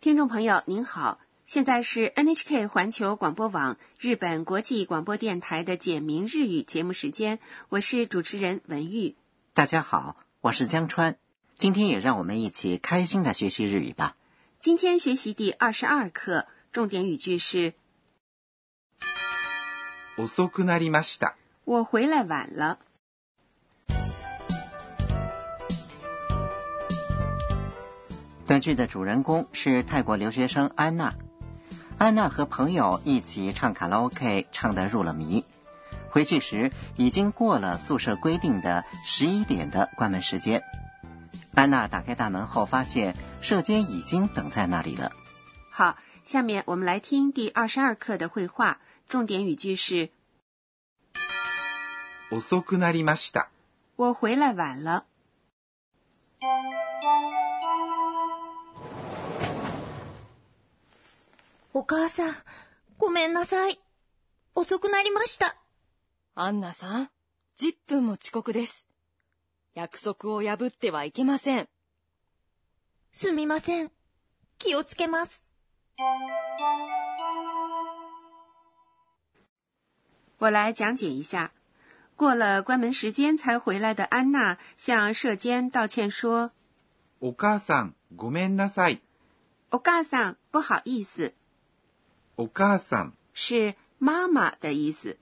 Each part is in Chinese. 众朋友您好，现在是 NHK 环球广播网日本国际广播电台的简明日语节目时间，我是主持人文玉。大家好，我是江川。今天也让我们一起开心的学习日语吧。今天学习第二十二课，重点语句是遅くなりました。 “我回来晚了短剧的主人公是泰国留学生安娜。安娜和朋友一起唱卡拉 OK，唱得入了迷。回去时已经过了宿舍规定的十一点的关门时间。安娜打开大门后，发现社监已经等在那里了。”。好，下面我们来听第二十二课的绘画，重点语句是遅くなりました。 “我回来晚了お母さん、ごめんなさい。遅くなりました。アンナさん、10分も遅刻です。約束を破ってはいけません。すみません。気をつけます。”。我来讲解一下。过了关门时间才回来的安娜向社监道歉说お母さん、ごめんなさい。：“我嘎桑，不好意思。”お母さん、是妈妈的意思。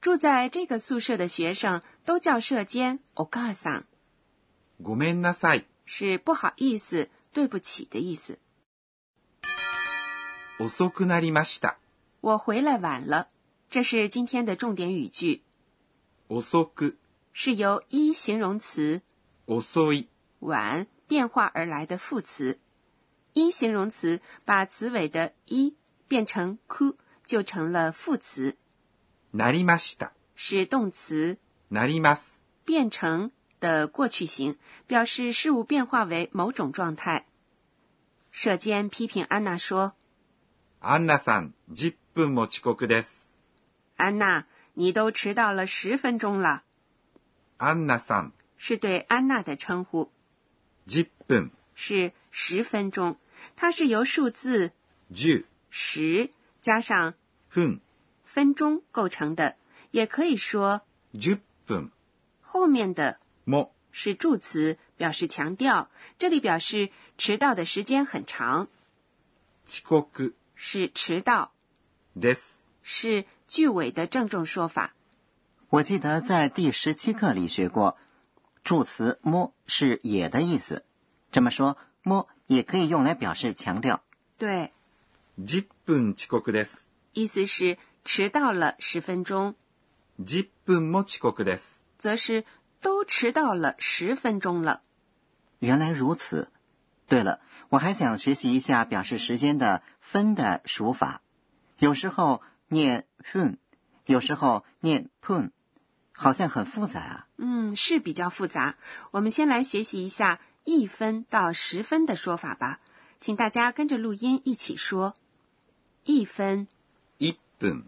住在这个宿舍的学生都叫舍监 o k a s a n ごめんなさい。是不好意思、对不起的意思。遅くなりました。我回来晚了，这是今天的重点语句，遅く、是由一形容词遅い、晚变化而来的副词。一形容词把词尾的一变成 ku，就成了副词，なりました。是动词なります。变成的过去形，表示事物变化为某种状态。舍监批评安娜说アンナさん、10分も遅刻です。：“安娜，你都迟到了十分钟了。アンナさん、”是对安娜的称呼， 10分、是十分钟。它是由数字10十加上分、分钟构成的，也可以说10分后面的も是助词，表示强调。这里表示迟到的时间很长，遅刻是迟到。です。是句尾的郑重说法。我记得在第十七课里学过，助词“摸”是“也”的意思。这么说，“摸”也可以用来表示强调。对， 10分遅刻です。意思是迟到了十分钟， 10分も遅刻です。则是都迟到了十分钟了。原来如此。对了，我还想学习一下表示时间的分的数法，有时候念 hun，有时候念 pun，好像很复杂啊。嗯，是比较复杂。我们先来学习一下一分到十分的说法吧，请大家跟着录音一起说：一分、 1分、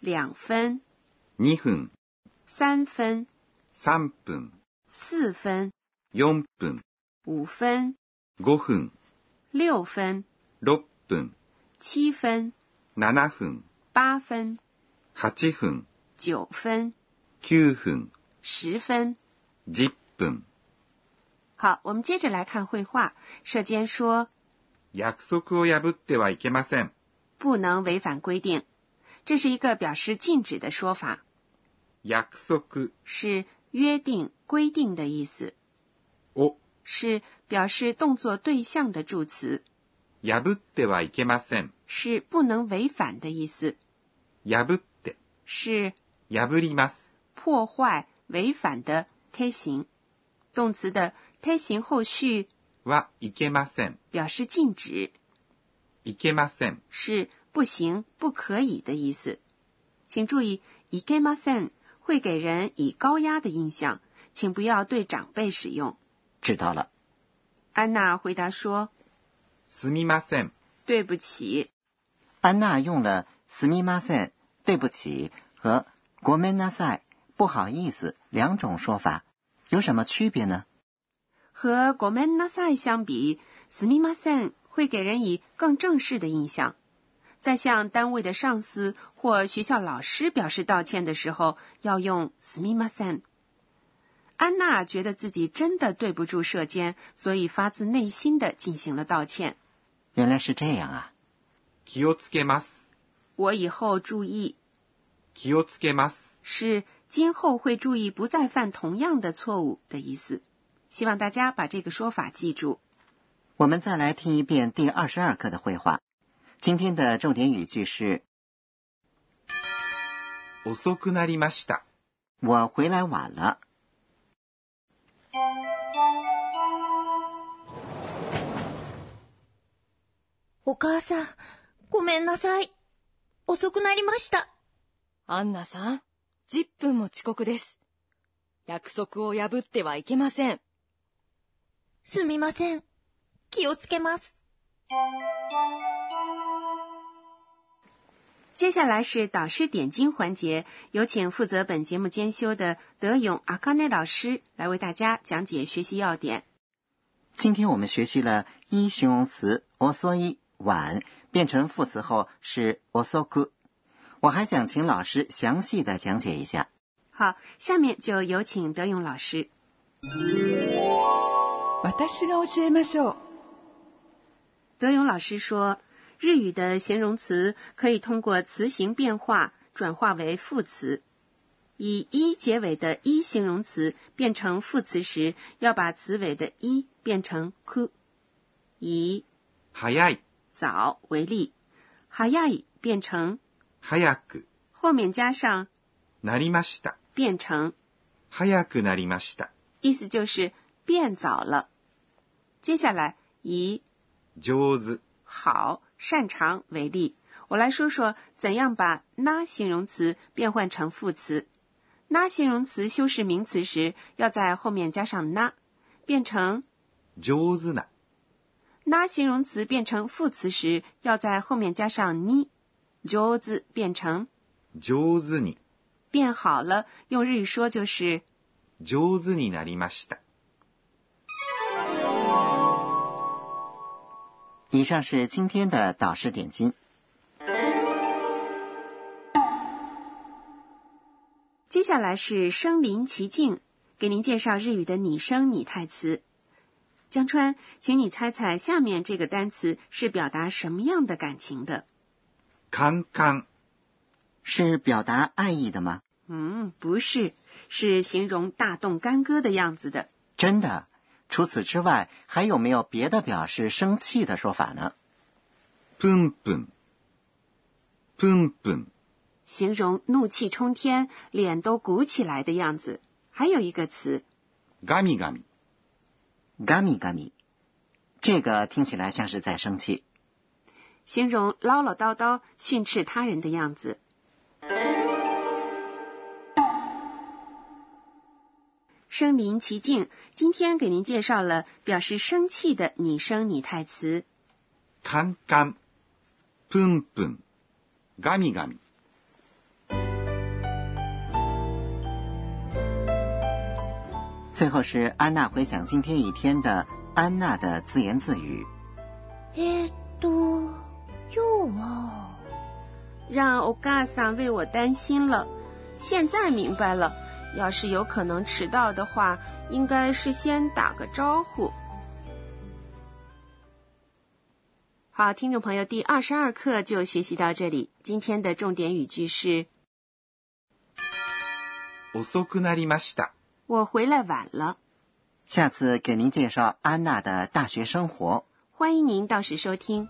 两分、 2分、三分、 3分、四分、 4分、五分、 5分、六分、 6分、七分、 7分、八分、 8分、九分、 9分、十分。 10分。好，我们接着来看绘画。射箭说。約束を破ってはいけません。不能违反规定。这是一个表示禁止的说法，約束是约定、规定的意思，を是表示动作对象的助词，破ってはいけません。是不能违反的意思，破って、是破ります。破坏、违反的推形。动词的推形后续はいけません。表示禁止，いけません。是不行、不可以的意思。请注意いけません会给人以高压的印象，请不要对长辈使用。知道了，安娜回答说すみません。：“对不起。安娜用了“すみません”对不起和“ごめんなさい”不好意思两种说法，有什么区别呢？”和 “gomen nasai” 相比，“すみません”会给人以更正式的印象。在向单位的上司或学校老师表示道歉的时候，要用すみません。安娜觉得自己真的对不住社监，所以发自内心的进行了道歉。原来是这样啊！気をつけます。我以后注意気をつけます。是今后会注意不再犯同样的错误的意思。希望大家把这个说法记住。我们再来听一遍第二十二课的绘画。今天的重点语句是遅くなりました。 “我回来晚了お母さん、ごめんなさい。遅くなりました。アンナさん、10分も遅刻です。約束を破ってはいけません。すみません。気をつけます。接下来是导师点睛环节，有请负责本节目监修的德勇阿卡内老师来为大家讲解学习要点。”。今天我们学习了一形容词“おそい”晚变成副词后是“おそく”。我还想请老师详细的讲解一下。好，下面就有请德勇老师。私が教えましょう。德勇老师说，日语的形容词可以通过词形变化转化为副词。以“一”结尾的“一”形容词变成副词时，要把词尾的“一”变成 “ku”。以早い、 “早”为例，哈亚伊变成早く、后面加上なりました。 “变成早くなりました。”，意思就是变早了。接下来以上手、好、擅长为例，我来说说怎样把那形容词变换成副词。那形容词修饰名词时，要在后面加上那，变成上手な、那形容词变成副词时，要在后面加上に。上手变成上手に、变好了，用日语说就是上手になりました。以上是今天的导师点睛。接下来是身临其境，给您介绍日语的拟声拟态词。江川，请你猜猜下面这个单词是表达什么样的感情的？カンカン、是表达爱意的吗？嗯，不是，是形容大动干戈的样子的。真的。除此之外，还有没有别的表示生气的说法呢？プンプン。プンプン、形容怒气冲天、脸都鼓起来的样子。还有一个词，ガミガミ、ガミガミ，这个听起来像是在生气。形容唠唠叨叨、训斥他人的样子。身临其境，今天给您介绍了表示生气的拟声拟态词。カンカン、プンプン、ガミガミ。最后是安娜回想今天一天的安娜的自言自语。えーっと、今日は、让欧嘎桑为我担心了。现在明白了，要是有可能迟到的话，应该事先打个招呼。好，听众朋友，第二十二课就学习到这里。今天的重点语句是遅くなりました。 “我回来晚了下次给您介绍安娜的大学生活。”，欢迎您到时收听。